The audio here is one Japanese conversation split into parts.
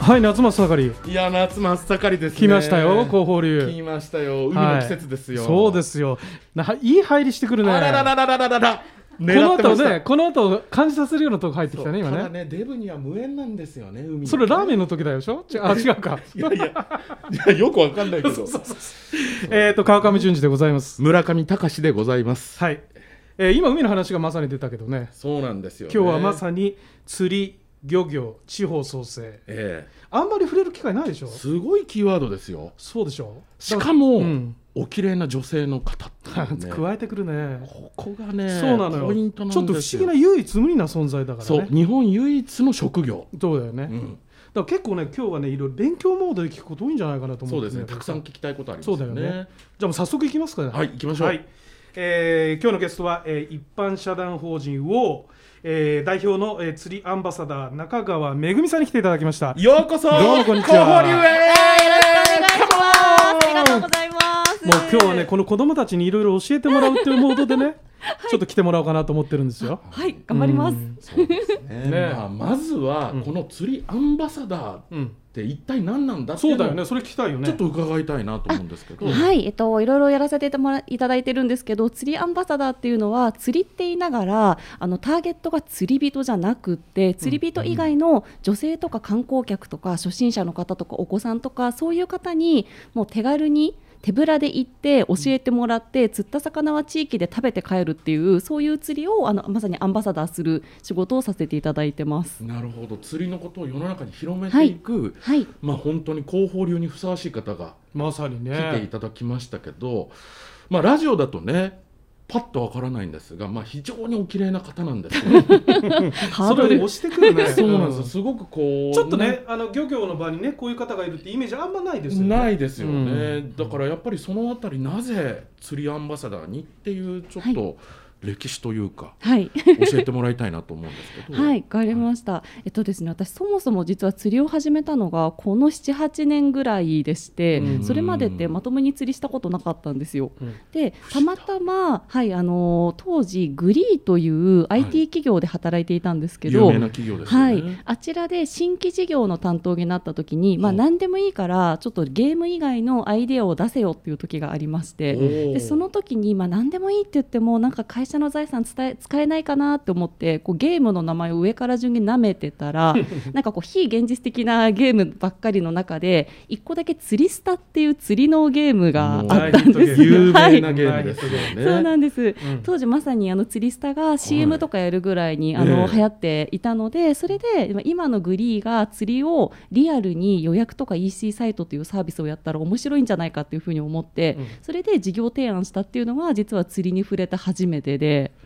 はい夏真っ盛りいや夏真っ盛りですね来ましたよ広報流来ましたよ海の季節ですよ、はい、そうですよないい入りしてくるねあららららららららこの後ね、この後感じさせるようなとこ入ってきたね、今ね。ねデブには無縁なんですよね、海、ね、それラーメンの時だよでしょあ、違うか。いやいや、いやよくわかん ないけど。そうそうそうえっ、ー、と、川上淳二でございます。村上隆でございます。はい。えー、今、海の話がまさに出たけどね。そうなんですよ、ね、今日はまさに釣り、漁業、地方創生。ええー、あんまり触れる機会ないでしょすごいキーワードですよ。そうでしょしかも、 うんお綺麗な女性の方、ね、 加えてくるねここがねそうなのよちょっと不思議な唯一無二な存在だから、ね、そう日本唯一の職業そうだよね、うん、だから結構ね今日はねいろいろ勉強モードで聞くこと多いんじゃないかなと思う、ね、そうですねたくさん聞きたいことありますそうだよねじゃあ早速いきますかねはい行きましょう、はい、えー、今日のゲストは、えー、一般社団法人 WO えー、代表の、えー、釣りアンバサダー中川めぐみさんに来ていただきましたようこそどうもこんにちは交流へありがとうございますもう今日はねこの子供たちにいろいろ教えてもらうっていうモードでねはい 、ちょっと来てもらおうかなと思ってるんですよ。はい、頑張ります。そうですね。ねまあ、まずは、この釣りアンバサダーって一体何なんだってそうだよね。それ聞きたいよね。ちょっと伺いたいなと思うんですけど。はい、えっといろいろやらせていただいてるんですけど、釣りアンバサダーっていうのは釣りって言いながら、あのターゲットが釣り人じゃなくて、釣り人以外の女性とか観光客とか初心者の方とかお子さんとかそういう方にもう手軽に手ぶらで行って教えてもらって釣った魚は地域で食べて帰るっていうそういう釣りをあのまさにアンバサダーする仕事をさせていただいてますなるほど釣りのことを世の中に広めていく、はい、はい、まあ、本当に広報流にふさわしい方がまさにね来ていただきましたけど、まあ、ラジオだとねパッとわからないんですが、まあ、非常にお綺麗な方なんですよ、ね。それで押してくる ね。 そうなんですよ。すごくこう。ちょっとね、あの漁業の場にね、こういう方がいるってイメージあんまないですよね。ないですよね。うん、だから、やっぱりそのあたり、なぜ釣りアンバサダーにっていう、ちょっと。はい歴史というか、はい、教えてもらいたいなと思うんですけど はいわかりました、はい、えっとですね私そもそも実は釣りを始めたのがこの78年ぐらいでしてそれまでってまともに釣りしたことなかったんですよ、うん、でたまたまはいあの当時グリーという IT 企業で働いていたんですけど、はい、有名な企業です、ね、はいあちらで新規事業の担当になった時にまあ何でもいいからちょっとゲーム以外のアイデアを出せよっていう時がありましてでその時にまあ何でもいいって言ってもなんか会社社の財産伝え使えないかなと思ってこうゲームの名前を上から順に舐めて たらなんかこう非現実的なゲームばっかりの中で1個だけ釣りスタっていう釣りのゲームがあったんです、有名なゲームですよね、そうなんです、うん、当時まさにあの釣りスタが CM とかやるぐらいに、はい、あの、流行っていたのでそれで今のグリーが釣りをリアルに予約とか EC サイトというサービスをやったら面白いんじゃないかというふうに思って、うん、それで事業提案したっていうのは実は釣りに触れた初めでて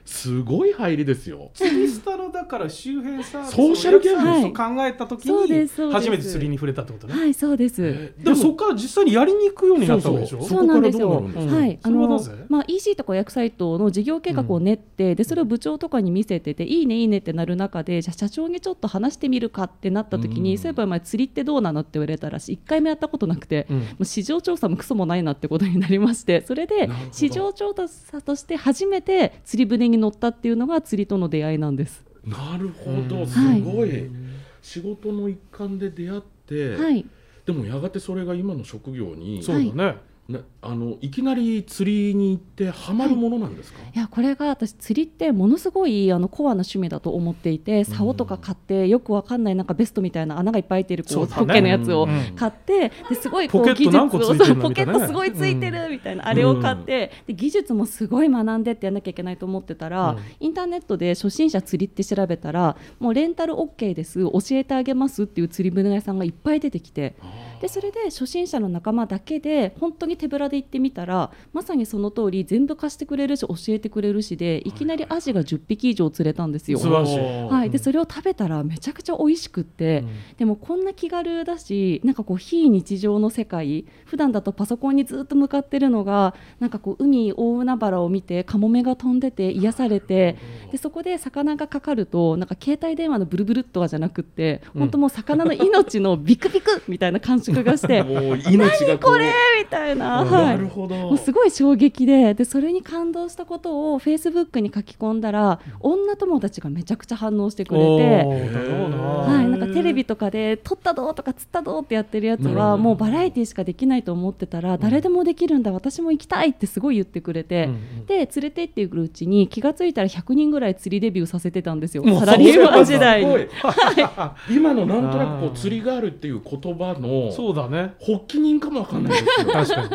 すごい入りですよ釣りスタのだから周辺サービスソーシャルゲームを考えた時に初めて釣りに触れたってことねはいそうです、えー、でもそこから実際にやりに行くようになったわけでしょそうなんですよはいあのまあ EC とか約サイトの事業計画を練って、うん、でそれを部長とかに見せてていいねいいねってなる中でじゃ社長にちょっと話してみるかってなった時に、うん、そういえば前釣りってどうなのって言われたら一回もやったことなくて、うん、もう市場調査もクソもないなってことになりましてそれで市場調査として初めて釣り船に乗ったっていうのが釣りとの出会いなんです。、なるほど、すごい、はい、仕事の一環で出会って、はい、でもやがてそれが今の職業に。そうだね、はいね、あのいきなり釣りに行ってハマるものなんですか、はいいやこれが私釣りってものすごいあのコアな趣味だと思っていて竿とか買ってよくわかんないなんかベストみたいな穴がいっぱい開いてるこう、ね、ポッケのやつを買って、うん、ですごいこう技術をポケットすごいついてるみたいな、ね、あれを買って、で技術もすごい学んでってやらなきゃいけないと思ってたら、うん、インターネットで初心者釣りって調べたらもうレンタル OK です教えてあげますっていう釣り船屋さんがいっぱい出てきてでそれで初心者の仲間だけで本当に手ぶらで行ってみたらまさにその通り全部貸してくれるし教えてくれるしでいきなりアジが10匹以上釣れたんですよ。はい、でそれを食べたらめちゃくちゃ美味しくって、うん、でもこんな気軽だしなんかこう非日常の世界普段だとパソコンにずっと向かってるのがなんかこう海大海原を見てカモメが飛んでて癒されてでそこで魚がかかるとなんか携帯電話のブルブルっとはじゃなくって本当もう魚の命のビクビクみたいな感触縮がして もう命がこれみたいな、なるほど、はい、もうすごい衝撃ででそれに感動したことをフェイスブックに書き込んだら女友達がめちゃくちゃ反応してくれて、はい、なんかテレビとかで撮ったどとか釣ったどってやってるやつはもうバラエティーしかできないと思ってたら誰でもできるんだ私も行きたいってすごい言ってくれて、うんうん、で連れてってくるうちに気が付いたら100人ぐらい釣りデビューさせてたんですよサラリーマン時代に。はい、今のなんとなくこう釣りガールっていう言葉のそうだね発起人かもわかんないですよ確かに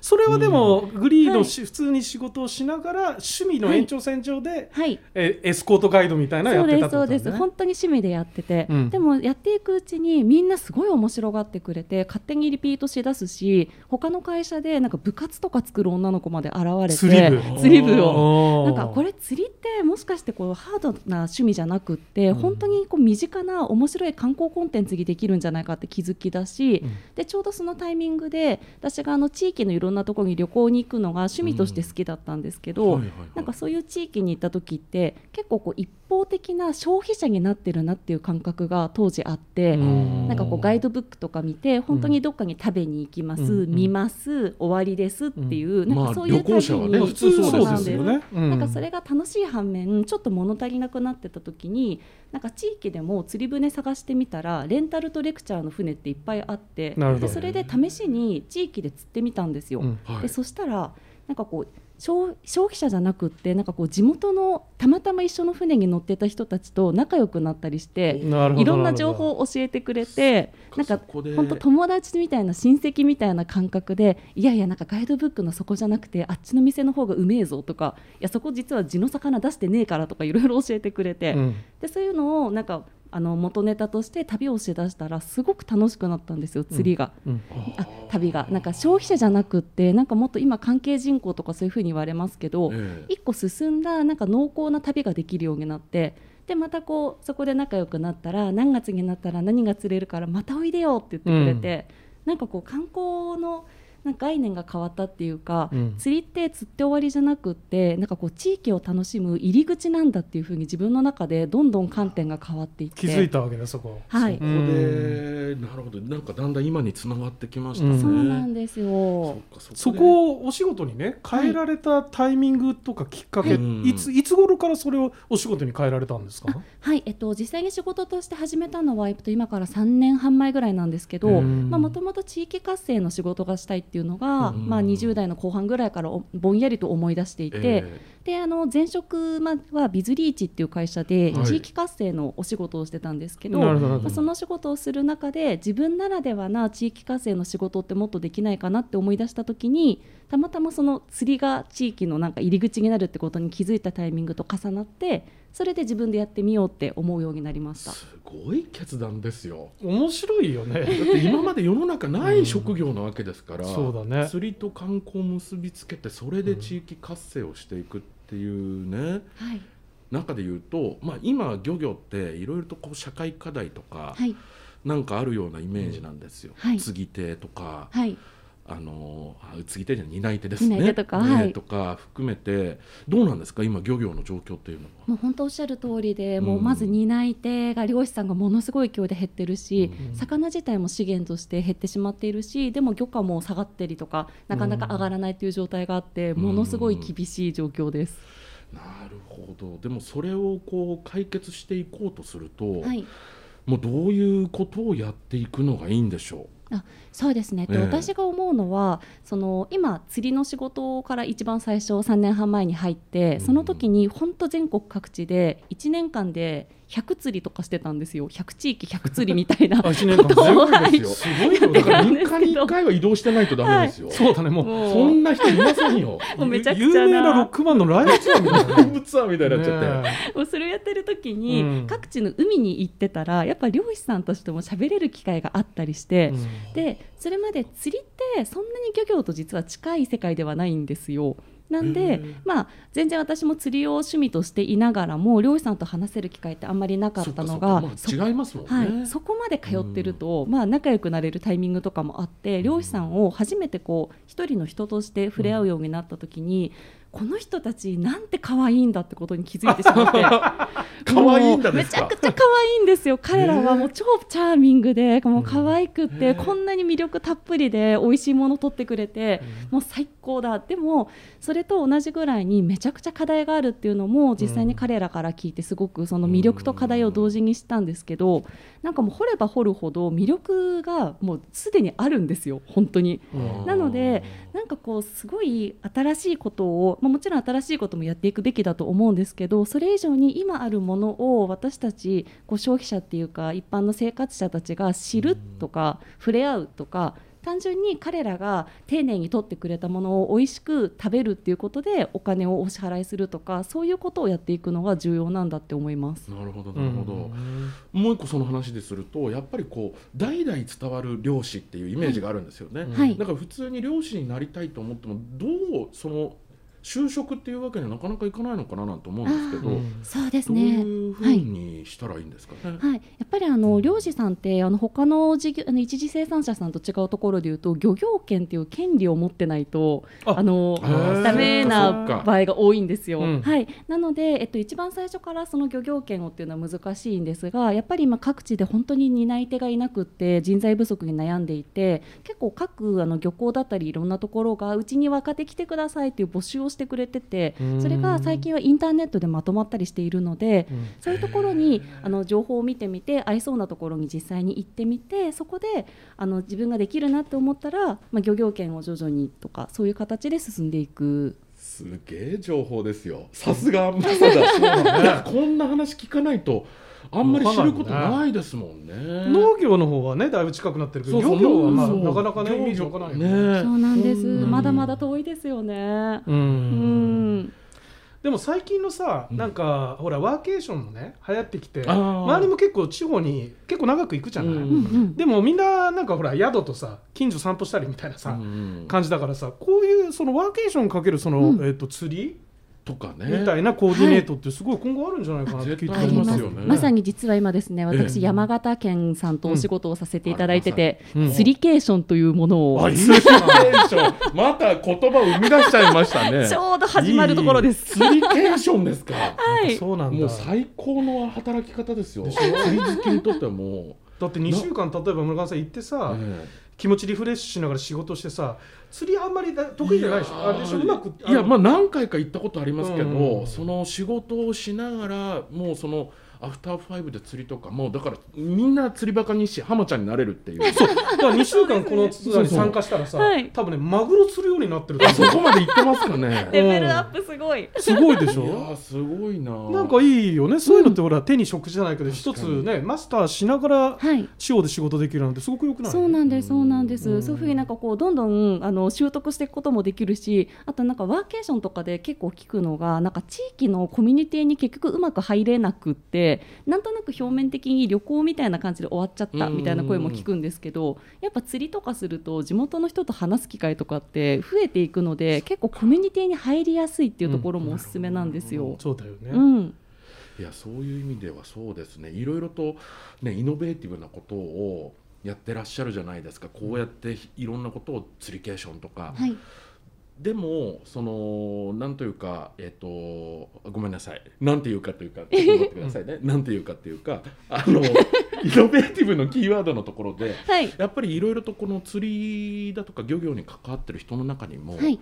それはでも、うん、グリーのし、はい、普通に仕事をしながら趣味の延長線上で、はい、えエスコートガイドみたいなやってたそうですそうです本当に趣味でやってて、うん、でもやっていくうちにみんなすごい面白がってくれて勝手にリピートしだすし他の会社でなんか部活とか作る女の子まで現れて釣り部釣り部をなんかこれ釣りってもしかしてこうハードな趣味じゃなくて、うん、本当にこう身近な面白い観光コンテンツにできるんじゃないかって気づきだし、うん、でちょうどそのタイミングで私があの地域のいろんなところに旅行に行くのが趣味として好きだったんですけど、うんはいはいはい、なんかそういう地域に行った時って結構こう一方的な消費者になってるなっていう感覚が当時あって、うん、なんかこうガイドブックとか見て本当にどっかに食べに行きます、見ます終わりですっていう、なんかそういうタイプに、まあね、普通そうですよね、なんかそれが楽しい反面ちょっと物足りなくなってた時になんか地域でも釣り船探してみたらレンタルとレクチャーの船っていっぱいあってでそれで試しに地域で釣ってみたんですよ。うんはい、でそしたらなんかこう消費者じゃなくってなんかこう地元のたまたま一緒の船に乗ってた人たちと仲良くなったりしていろんな情報を教えてくれてなんか本当友達みたいな親戚みたいな感覚でいやいやなんかガイドブックのそこじゃなくてあっちの店の方がうめえぞとかいやそこ実は地の魚出してねえからとかいろいろ教えてくれて、うん、でそういうのをなんかあの元ネタとして旅をしだしたらすごく楽しくなったんですよ釣りが、うんうん、あ旅がなんか消費者じゃなくってなんかもっと今関係人口とかそういうふうに言われますけど、ええ、一個進んだなんか濃厚な旅ができるようになってでまたこうそこで仲良くなったら何月になったら何が釣れるからまたおいでよって言ってくれて、うん、なんかこう観光のなんか概念が変わったっていうか、うん、釣りって釣って終わりじゃなくってなんかこう地域を楽しむ入り口なんだっていうふうに自分の中でどんどん観点が変わっていって気づいたわけねそこはいそこでなるほどなんかだんだん今につながってきましたね、うん、そうなんですよそこをお仕事にね変えられたタイミングとかきっかけ、はい、いついつ頃からそれをお仕事に変えられたんですかはいえっと実際に仕事として始めたのは、えっと、今から3年半前ぐらいなんですけどもともと地域活性の仕事がしたいっていうのが、うん、まあ、20代の後半ぐらいからぼんやりと思い出していて、えー、であの前職はビズリーチっていう会社で地域活性のお仕事をしてたんですけど,はい、まあ、その仕事をする中で自分ならではな地域活性の仕事ってもっとできないかなって思い出した時にたまたまその釣りが地域のなんか入り口になるってことに気づいたタイミングと重なって。それで自分でやってみようって思うようになりましたすごい決断ですよ面白いよねだって今まで世の中ない職業なわけですから、うん、そうだね釣りと観光を結びつけてそれで地域活性をしていくっていうね、うん、中でいうと、まあ、今漁業っていろいろとこう社会課題とか、はい、なんかあるようなイメージなんですよ、はい、継ぎ手とか、はい、あの継ぎ手じゃ担い手ですね。、担い手とか,はいとか含めてどうなんですか今漁業の状況っていうのは。もう本当おっしゃる通りで、うん、もうまず担い手が漁師さんがものすごい勢いで減ってるし、うん、魚自体も資源として減ってしまっているしでも漁価も下がったりとかなかなか上がらないという状態があって、うん、ものすごい厳しい状況です。なるほどでもそれをこう解決していこうとすると、はい、もうどういうことをやっていくのがいいんでしょうあそうですね、えー、私が思うのはその今釣りの仕事から一番最初3年半前に入ってその時に本当全国各地で1年間で100釣りとかしてたんですよ100地域100釣りみたい なすごいですよだから3日に1回は移動してないとダメですよ、はい、そうだねもうそんな人いませんよもうめちゃくちゃ有名なロックマンのライブツアーみたいなライブツアーみたい になっちゃって、ね、もうそれをやってる時に、うん、各地の海に行ってたらやっぱ漁師さんとしても喋れる機会があったりして、うん、でそれまで釣りってそんなに漁業と実は近い世界ではないんですよ。なんで、まあ、全然私も釣りを趣味としていながらも漁師さんと話せる機会ってあんまりなかったのが、そ、まあ、違いますもんね、はいそこまで通ってると、まあ、仲良くなれるタイミングとかもあって漁師さんを初めてこう一人の人として触れ合うようになった時に、この人たちなんて可愛いんだってことに気づいてしま って可愛いんだめちゃくちゃ可愛いんですよ彼らはもう超チャーミングでもう可愛くて、こんなに魅力たっぷりで美味しいものを取ってくれて、もう最高だでもそれと同じぐらいにめちゃくちゃ課題があるっていうのも実際に彼らから聞いてすごくその魅力と課題を同時にしたんですけど、なんかもう掘れば掘るほど魅力がもうすでにあるんですよ本当に。なのでなんかこうすごい新しいことを、まあ、もちろん新しいこともやっていくべきだと思うんですけどそれ以上に今あるものを私たちこう消費者っていうか一般の生活者たちが知るとか触れ合うとか。単純に彼らが丁寧に取ってくれたものを美味しく食べるっていうことでお金をお支払いするとかそういうことをやっていくのが重要なんだって思いますなるほどなるほど、うん、もう一個その話でするとやっぱりこう代々伝わる漁師っていうイメージがあるんですよね、はい、だから普通に漁師になりたいと思ってもどうその就職っていうわけにはなかなかいかないのかななんて思うんですけど、そうですね。ういうにしたらいいんですか、ね、はい、はい、やっぱりあの漁師さんってあの他の事業あの一次生産者さんと違うところでいうと漁業権っていう権利を持ってないとあのダメな場合が多いんですよ。うん、はい。なのでえっと一番最初からその漁業権をっていうのは難しいんですが、やっぱり今各地で本当に担い手がいなくて人材不足に悩んでいて、結構各あの漁港だったりいろんなところがうちに若手来てくださいっていう募集をしてくれててそれが最近はインターネットでまとまったりしているので、うん、そういうところにあの情報を見てみて合いそうなところに実際に行ってみてそこであの自分ができるなって思ったら、まあ、漁業権を徐々にとかそういう形で進んでいく。すげえ情報ですよ。さすがアンバサダー。こんな話聞かないと。あんまり知ることないですもんね。農業の方はね、だいぶ近くなってるけど、漁業はまあなかなかね、イメージわからないね。そうなんです。まだまだ遠いですよね。うん。でも最近のさ、なんか、ほらワーケーションもね流行ってきて周りも結構地方に結構長く行くじゃない、でもみんななんかほら宿とさ近所散歩したりみたいなさ、感じだからさこういうそのワーケーションかけるその、えー、と釣りとかねみたいなコーディネートってすごい今後あるんじゃないかなって聞いてますよね。まさに実は今ですね、私山形県さんとお仕事をさせていただいてて、スリケーションというものを、また言葉を生み出しちゃいました ね。ちょうど始まるところです。スリケーションですか。はい。そうなんもう最高の働き方ですよ。釣り好きにとってはもう。だって2週間例えば村上さん行ってさ、気持ちリフレッシュしながら仕事してさ釣りあんまり得意じゃないでしょあでしょうまくいやまあ何回か行ったことありますけど、その仕事をしながらもうそのアフターファイブで釣りとかもうだからみんな釣りバカにしハマちゃんになれるってい うそうだから2週間このツアーに参加したらさ多分ねマグロ釣るようになってるそこまで行ってますか ねレベルアップすごいすごいでしょいやすごいな なんかいいよねそういうのってほら手に職じゃないけど一つねマスターしながら地方で仕事できるなんてすごくよくないそうなんですそうなんですそういうふうになんかこうどんどんあの習得していくこともできるしあとなんかワーケーションとかで結構聞くのがなんか地域のコミュニティに結局うまく入れなくってなんとなく表面的に旅行みたいな感じで終わっちゃったみたいな声も聞くんですけどやっぱ釣りとかすると地元の人と話す機会とかって増えていくので結構コミュニティに入りやすいっていうところもおすすめなんですよ。うんうん、そうだよね、うんいやそういう意味ではそうですねいろいろと、ね、イノベーティブなことをやってらっしゃるじゃないですかこうやっていろんなことを釣りケーションとか、はい、でもそのなんというかえっ、ー、とごめんなさいなんていうかというかちょっと待ってください ねなんていうかっていうかあの イノベーティブのキーワードのところで、はい、やっぱりいろいろとこの釣りだとか漁業に関わってる人の中にも、はい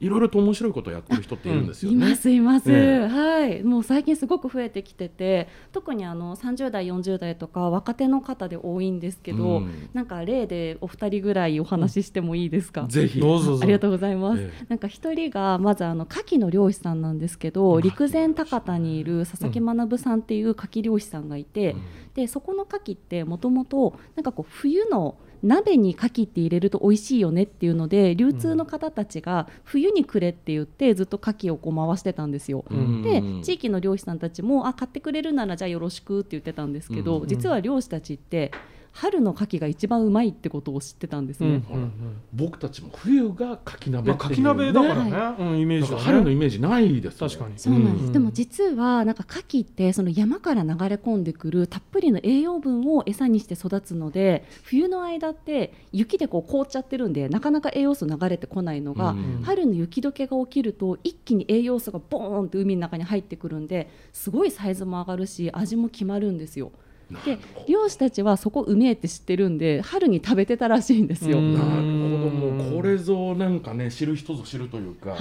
いろいろと面白いことやってる人っているんですよ、ね、いますいます、ね、はい。もう最近すごく増えてきてて、特にあの30代40代とか若手の方で多いんですけど、うん、なんか例でお二人ぐらいお話ししてもいいですか。ぜひどうぞ。ありがとうございます。ええ、なんか一人がまずあの牡蠣の漁師さんなんですけど、陸前高田にいる佐々木学さんっていう牡蠣漁師さんがいて、うん、でそこの牡蠣ってもともとなんかこう冬の鍋に牡蠣って入れると美味しいよねっていうので流通の方たちが冬にくれって言ってずっと牡蠣をこう回してたんですよ。うん、で地域の漁師さんたちもあ買ってくれるならじゃあよろしくって言ってたんですけど、うん、実は漁師たちって春の牡蠣が一番うまいってことを知ってたんですね。うんうんうん、僕たちも冬が牡蠣鍋、ね、まあ、牡蠣鍋だからね、はい、うん、イメージ、ね、春のイメージないです、ね、確かにそうなんです、うん、でも実はなんか牡蠣ってその山から流れ込んでくるたっぷりの栄養分を餌にして育つので冬の間って雪でこう凍っちゃってるんでなかなか栄養素流れてこないのが、うんうん、春の雪解けが起きると一気に栄養素がボーンって海の中に入ってくるんですごいサイズも上がるし味も決まるんですよ。で漁師たちはそこうめえって知ってるんで春に食べてたらしいんですよ。なるほどもうこれぞなんかね知る人ぞ知るというか、は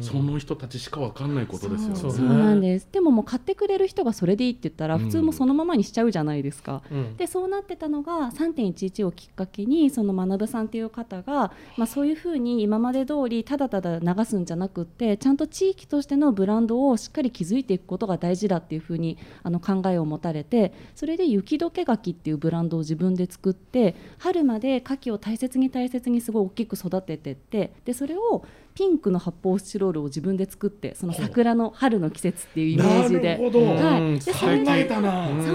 い、その人たちしか分かんないことですよね。そうなんですでももう買ってくれる人がそれでいいって言ったら普通もそのままにしちゃうじゃないですか。うん、でそうなってたのが3.11をきっかけにその学さんという方が、まあ、そういうふうに今まで通りただただ流すんじゃなくってちゃんと地域としてのブランドをしっかり築いていくことが大事だっていうふうにあの考えを持たれてそれで雪解け柿っていうブランドを自分で作って春まで牡蠣を大切に大切にすごい大きく育ててってでそれをピンクの発泡スチロールを自分で作ってその桜の春の季節っていうイメージで、はい、でそれでそ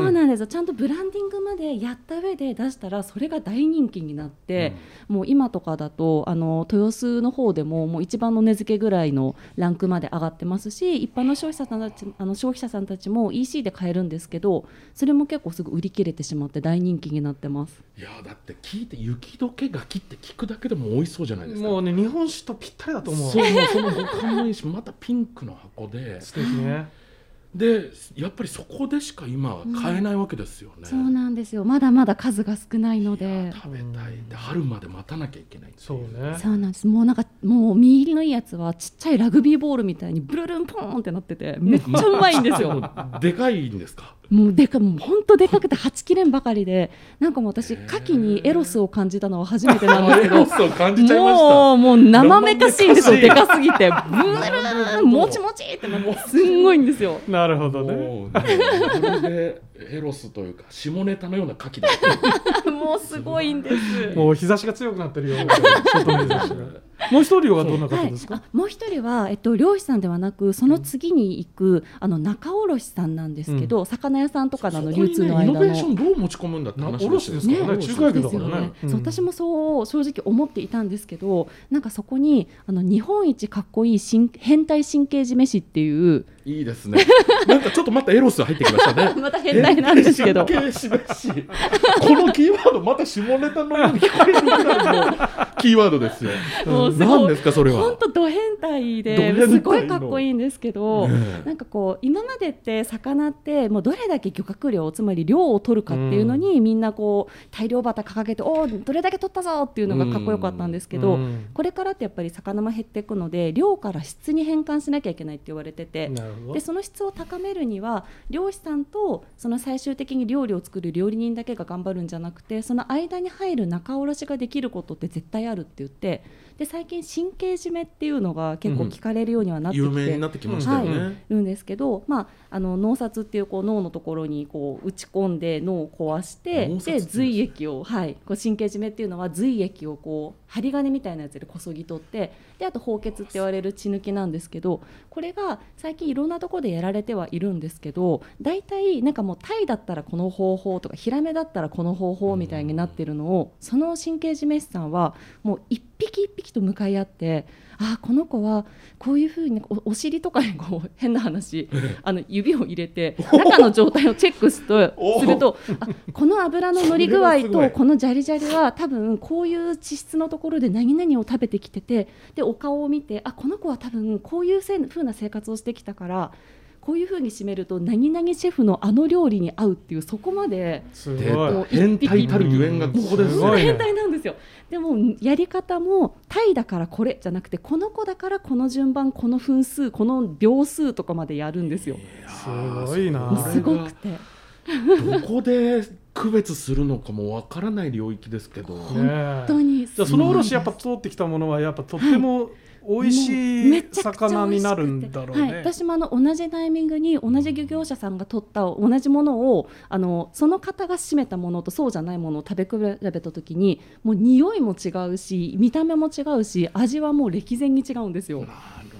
うなんですよちゃんとブランディングまでやった上で出したらそれが大人気になって、うん、もう今とかだとあの豊洲の方でももう一番の値付けぐらいのランクまで上がってますし一般の消費者さんたちあの消費者さんたちも EC で買えるんですけどそれも結構すぐ売り切れてしまって大人気になってますいやだって聞いて雪解け柿って聞くだけでも美味しそうじゃないですかもうね日本酒とぴったりだと思うそうその五感もいいしまたピンクの箱で素敵ねでやっぱりそこでしか今買えないわけですよね、うん、そうなんですよまだまだ数が少ないので食べたいで春まで待たなきゃいけないそうねそうなんですもうなんかもう身入りのいいやつはちっちゃいラグビーボールみたいにブルルンポーンってなっててめっちゃうまいんですよでかいんです かもうでかもう本当でかくてはち切れんばかりでなんかもう私牡蠣にエロスを感じたのは初めてなんですけどもうもう生めかしいんですよでかすぎてブルルンもちもちってすんごいんですよなるほどね。でエロスというか下ネタのような牡蠣だ。もうすごいんです。、もう日差しが強くなってるよ。もう一人はどんな方ですか。はいもう一人はえっと漁師さんではなくその次に行く、あの仲卸さんなんですけど、うん、魚屋さんとかのあの流通の間の、ね、イノベーションどう持ち込むんだって話ですよね。ね仲介業だからね。ねうん、そう私もそう正直思っていたんですけど、なんかそこにあの日本一かっこいい新変態神経締め師っていう。 いいですね。なんかちょっとまたエロス入ってきましたね。また変態なんですけど。このキーワードまた下ネタのように聞こえるぐらいのキーワードですよ。もう何ですかそれは。、本当ド変態ですごいかっこいいんですけど、ね、なんかこう今までって魚ってもうどれだけ漁獲量つまり量を取るかっていうのに、うん、みんなこう大量旗掲げておおどれだけ取ったぞっていうのがかっこよかったんですけど、うん、これからってやっぱり魚も減っていくので量から質に変換しなきゃいけないって言われてて。でその質を高めるには漁師さんとその最終的に料理を作る料理人だけが頑張るんじゃなくてその間に入る仲卸ができることって絶対あるって言ってで最近神経締めっていうのが結構聞かれるようにはなってきて、うんなってきましたよね、はい、るんですけど、まあ、あの脳札っていうこう脳のところにこう打ち込んで脳を壊してで髄液を、はい、こう神経締めっていうのは髄液をこう針金みたいなやつでこそぎ取ってであと放血って言われる血抜きなんですけどこれが最近いろんなところでやられてはいるんですけど大体なんかもうタイだったらこの方法とかヒラメだったらこの方法みたいになってるのをその神経締め師さんはもう一匹一匹と向かい合ってあこの子はこういうふうにお尻とかにこう変な話あの指を入れて中の状態をチェックするとあこの油の乗り具合とこのじゃりじゃりは多分こういう地質のところで何々を食べてきててでお顔を見てあこの子は多分こういうふうな生活をしてきたからこういうふうに締めると何々シェフのあの料理に合うっていうそこまです、ごい変態たるゆえんがここですね、変態なんですよでもやり方もタイだからこれじゃなくてこの子だからこの順番この分数この秒数とかまでやるんですよすごいなすごくてどこで区別するのかもわ からない領域ですけど、ね、本当にじゃその卸やっぱ通ってきたものはやっぱとっても、はい美味しい魚になるんだろうね、はい、私もあの同じタイミングに同じ漁業者さんが取った同じものをあのその方が締めたものとそうじゃないものを食べ比べた時にもう匂いも違うし見た目も違うし味はもう歴然に違うんですよ。なる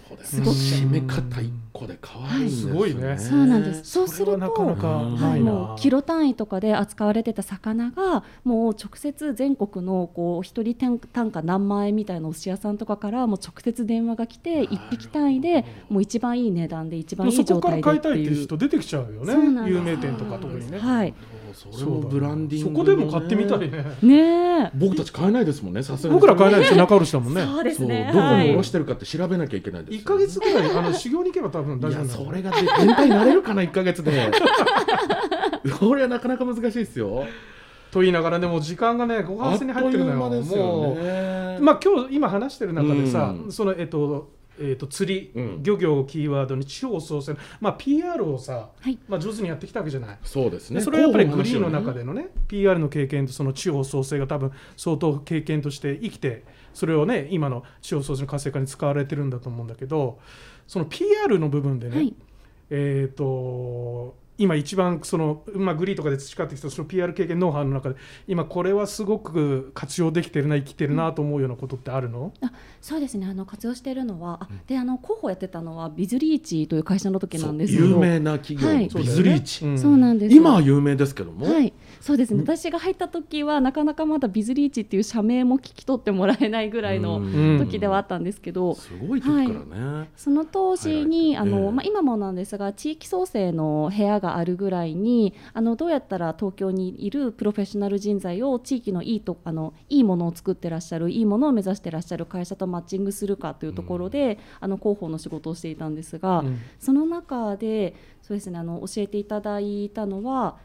ほどすごく締め方一個で変わるんですごいね。そうなんです。そうするとなかなかはいもうキロ単位とかで扱われてた魚がもう直接全国のこう一人単価何万円みたいなお寿司屋さんとかからもう直接電話が来て一匹単位でもう一番いい値段で一番いい状態でっていう人出てきちゃうよね。有名店とか特にね。はい。それもブランディング、ね、そこでも買ってみたいね。ね僕たち買えないですもんね。さすが僕ら買えないですよ。仲卸だもんね。。そうですね。どこに卸してるかって調べなきゃいけないです一ヶ月ぐらいあの修行に行けば多分大丈夫。それが全体になれるかな一ヶ月で。これはなかなか難しいですよ。と言いながらでも時間がね5月に入ってるのよ。よね、もうまあ今日今話してる中でさ、うん、そのえっとえーと、と釣り、うん、漁業をキーワードに地方創生、まあ、PR をさ、はい、まあ、上手にやってきたわけじゃないそうですねそれはやっぱりグリーンの中でのねのね PR の経験とその地方創生が多分相当経験として生きてそれをね今の地方創生の活性化に使われてるんだと思うんだけどその PR の部分でね、はい、えっ、と今一番その、まあ、グリーとかで培ってきたその PR 経験ノウハウの中で今これはすごく活用できてるな生きてるなと思うようなことってあるの、うん、あそうですねあの活用しているのはあであの広報やってたのはビズリーチという会社の時なんですけど有名な企業、はい、ビズリーチ、うん、そうなんです今は有名ですけども、はい、そうですね私が入った時はなかなかまだビズリーチっていう社名も聞き取ってもらえないぐらいの時ではあったんですけど、すごい時からね、はい、その当時にあの、まあ、今もなんですが地域創生の部屋があるぐらいにあのどうやったら東京にいるプロフェッショナル人材を地域のいいとあのいいものを作ってらっしゃるいいものを目指してらっしゃる会社とマッチングするかというところで、あの広報の仕事をしていたんですが、うん、その中でそうですねあの教えていただいたのは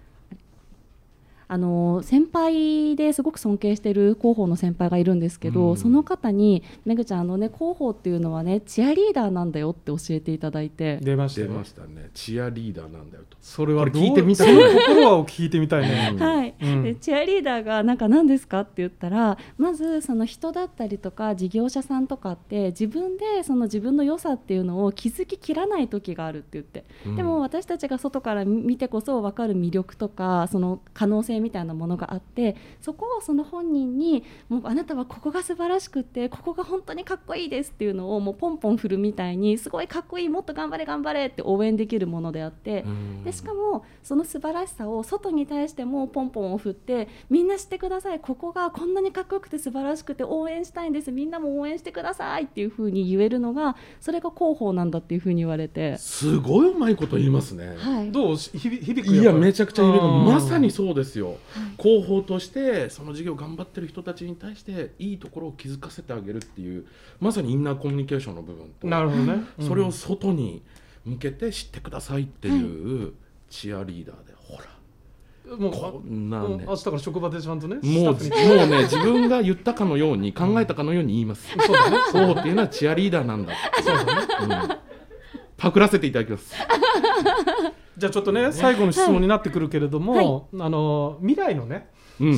あの先輩ですごく尊敬している広報の先輩がいるんですけど、うん、その方に「めぐちゃんあの、ね、広報っていうのはねチアリーダーなんだよ」って教えていただいて出ましたねねチアリーダーなんだよとそれは聞いてみたいその心はを聞いてみたいね、はい、うん、でチアリーダーがなんか何ですかって言ったらまずその人だったりとか事業者さんとかって自分でその自分の良さっていうのを気づききらない時があるって言って、うん、でも私たちが外から見てこそ分かる魅力とかその可能性みたいなものがあってそこをその本人にもうあなたはここが素晴らしくてここが本当にかっこいいですっていうのをもうポンポン振るみたいにすごいかっこいいもっと頑張れ頑張れって応援できるものであってでしかもその素晴らしさを外に対してもポンポンを振ってみんな知ってくださいここがこんなにかっこよくて素晴らしくて応援したいんですみんなも応援してくださいっていうふうに言えるのがそれが広報なんだっていうふうに言われてすごいうまいこと言いますね。はい、どう響くいやめちゃくちゃいるのまさにそうですよ、広報としてその事業頑張ってる人たちに対していいところを気づかせてあげるっていうまさにインナーコミュニケーションの部分となるほど、ね、それを外に向けて知ってくださいっていうチアリーダーで、ほらもうこんな、ね、明日から職場でちゃんとねもうもうね自分が言ったかのように考えたかのように言います、そうだねそうっていうのはチアリーダーなんだそうだね、パクらせていただきますじゃあちょっとね最後の質問になってくるけれども、あの未来のね、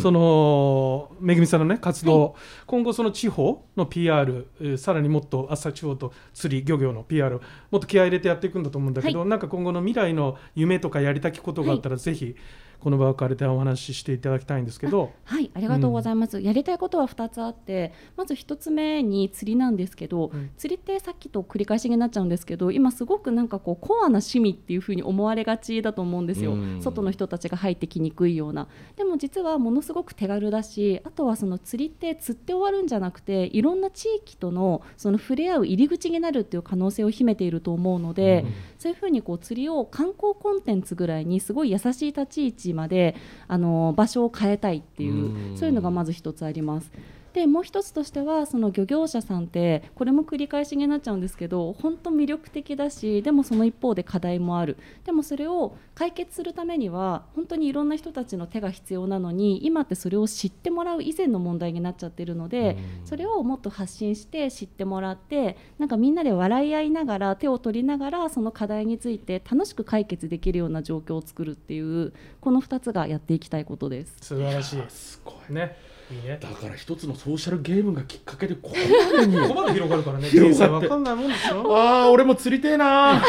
そのめぐみさんのね活動、今後その地方の PR さらにもっと朝地方と釣り漁業の PR もっと気合い入れてやっていくんだと思うんだけど、なんか今後の未来の夢とかやりたきことがあったら、ぜひこの場を借りてお話ししていただきたいんですけどはいありがとうございます、うん、やりたいことは2つあってまず1つ目に釣りなんですけど、うん、釣りってさっきと繰り返しになっちゃうんですけど今すごくなんかこうコアな趣味っていうふうに思われがちだと思うんですよ、うん、外の人たちが入ってきにくいようなでも実はものすごく手軽だしあとはその釣りって釣って終わるんじゃなくていろんな地域とのその触れ合う入り口になるっていう可能性を秘めていると思うので、そういうふうにこう釣りを観光コンテンツぐらいにすごい優しい立ち位置まであの場所を変えたいっていうそういうのがまず1つあります。でもう1つとしてはその漁業者さんってこれも繰り返しになっちゃうんですけど本当魅力的だしでもその一方で課題もあるでもそれを解決するためには本当にいろんな人たちの手が必要なのに今ってそれを知ってもらう以前の問題になっちゃってるのでそれをもっと発信して知ってもらってなんかみんなで笑い合いながら手を取りながらその課題について楽しく解決できるような状況を作るっていうこの2つがやっていきたいことです。素晴らしいすごいねいいねだから一つのソーシャルゲームがきっかけでここまでにここまで広がるからね人広生がっわてかんないもんですよ ああ俺も釣りてえな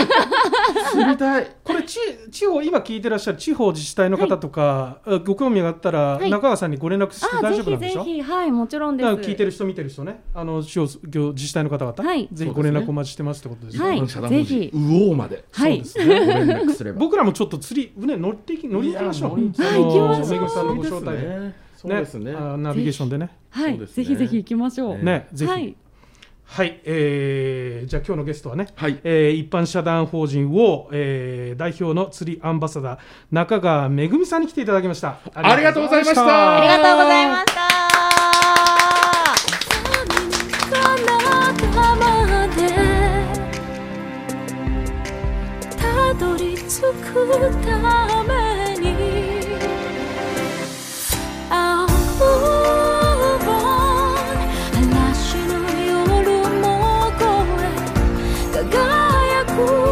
釣りたいこれち地方今聞いてらっしゃる地方自治体の方とか、あご興味があったら、はい中川さんにご連絡してあ大丈ぜ夫ひぜなんでしょひはいもちろんでだすから聞いてる人見てる人ねあの地方行自治体の方々、はいぜひご連絡お待ちしてますってことですね、はい一般社団法人ぜひうおうまではいそうですねご連絡すれば僕らもちょっと釣り、ね、乗っていき乗りに行きましょういや乗りに行きましょうあはい行きましょうめぐみさんのご招待で、ねそうですねあナビゲーションでねはい、そうですぜねひぜひ行きましょう。ねねぜひ、ははいい、えーじゃあ今日のゲストはねはいえー一般社団法人 WO、えー代表の釣りアンバサダー中川めぐみさんに来ていただきましたありがとうございましたありがとうございましたたどり着くために青本嵐の夜も越え輝く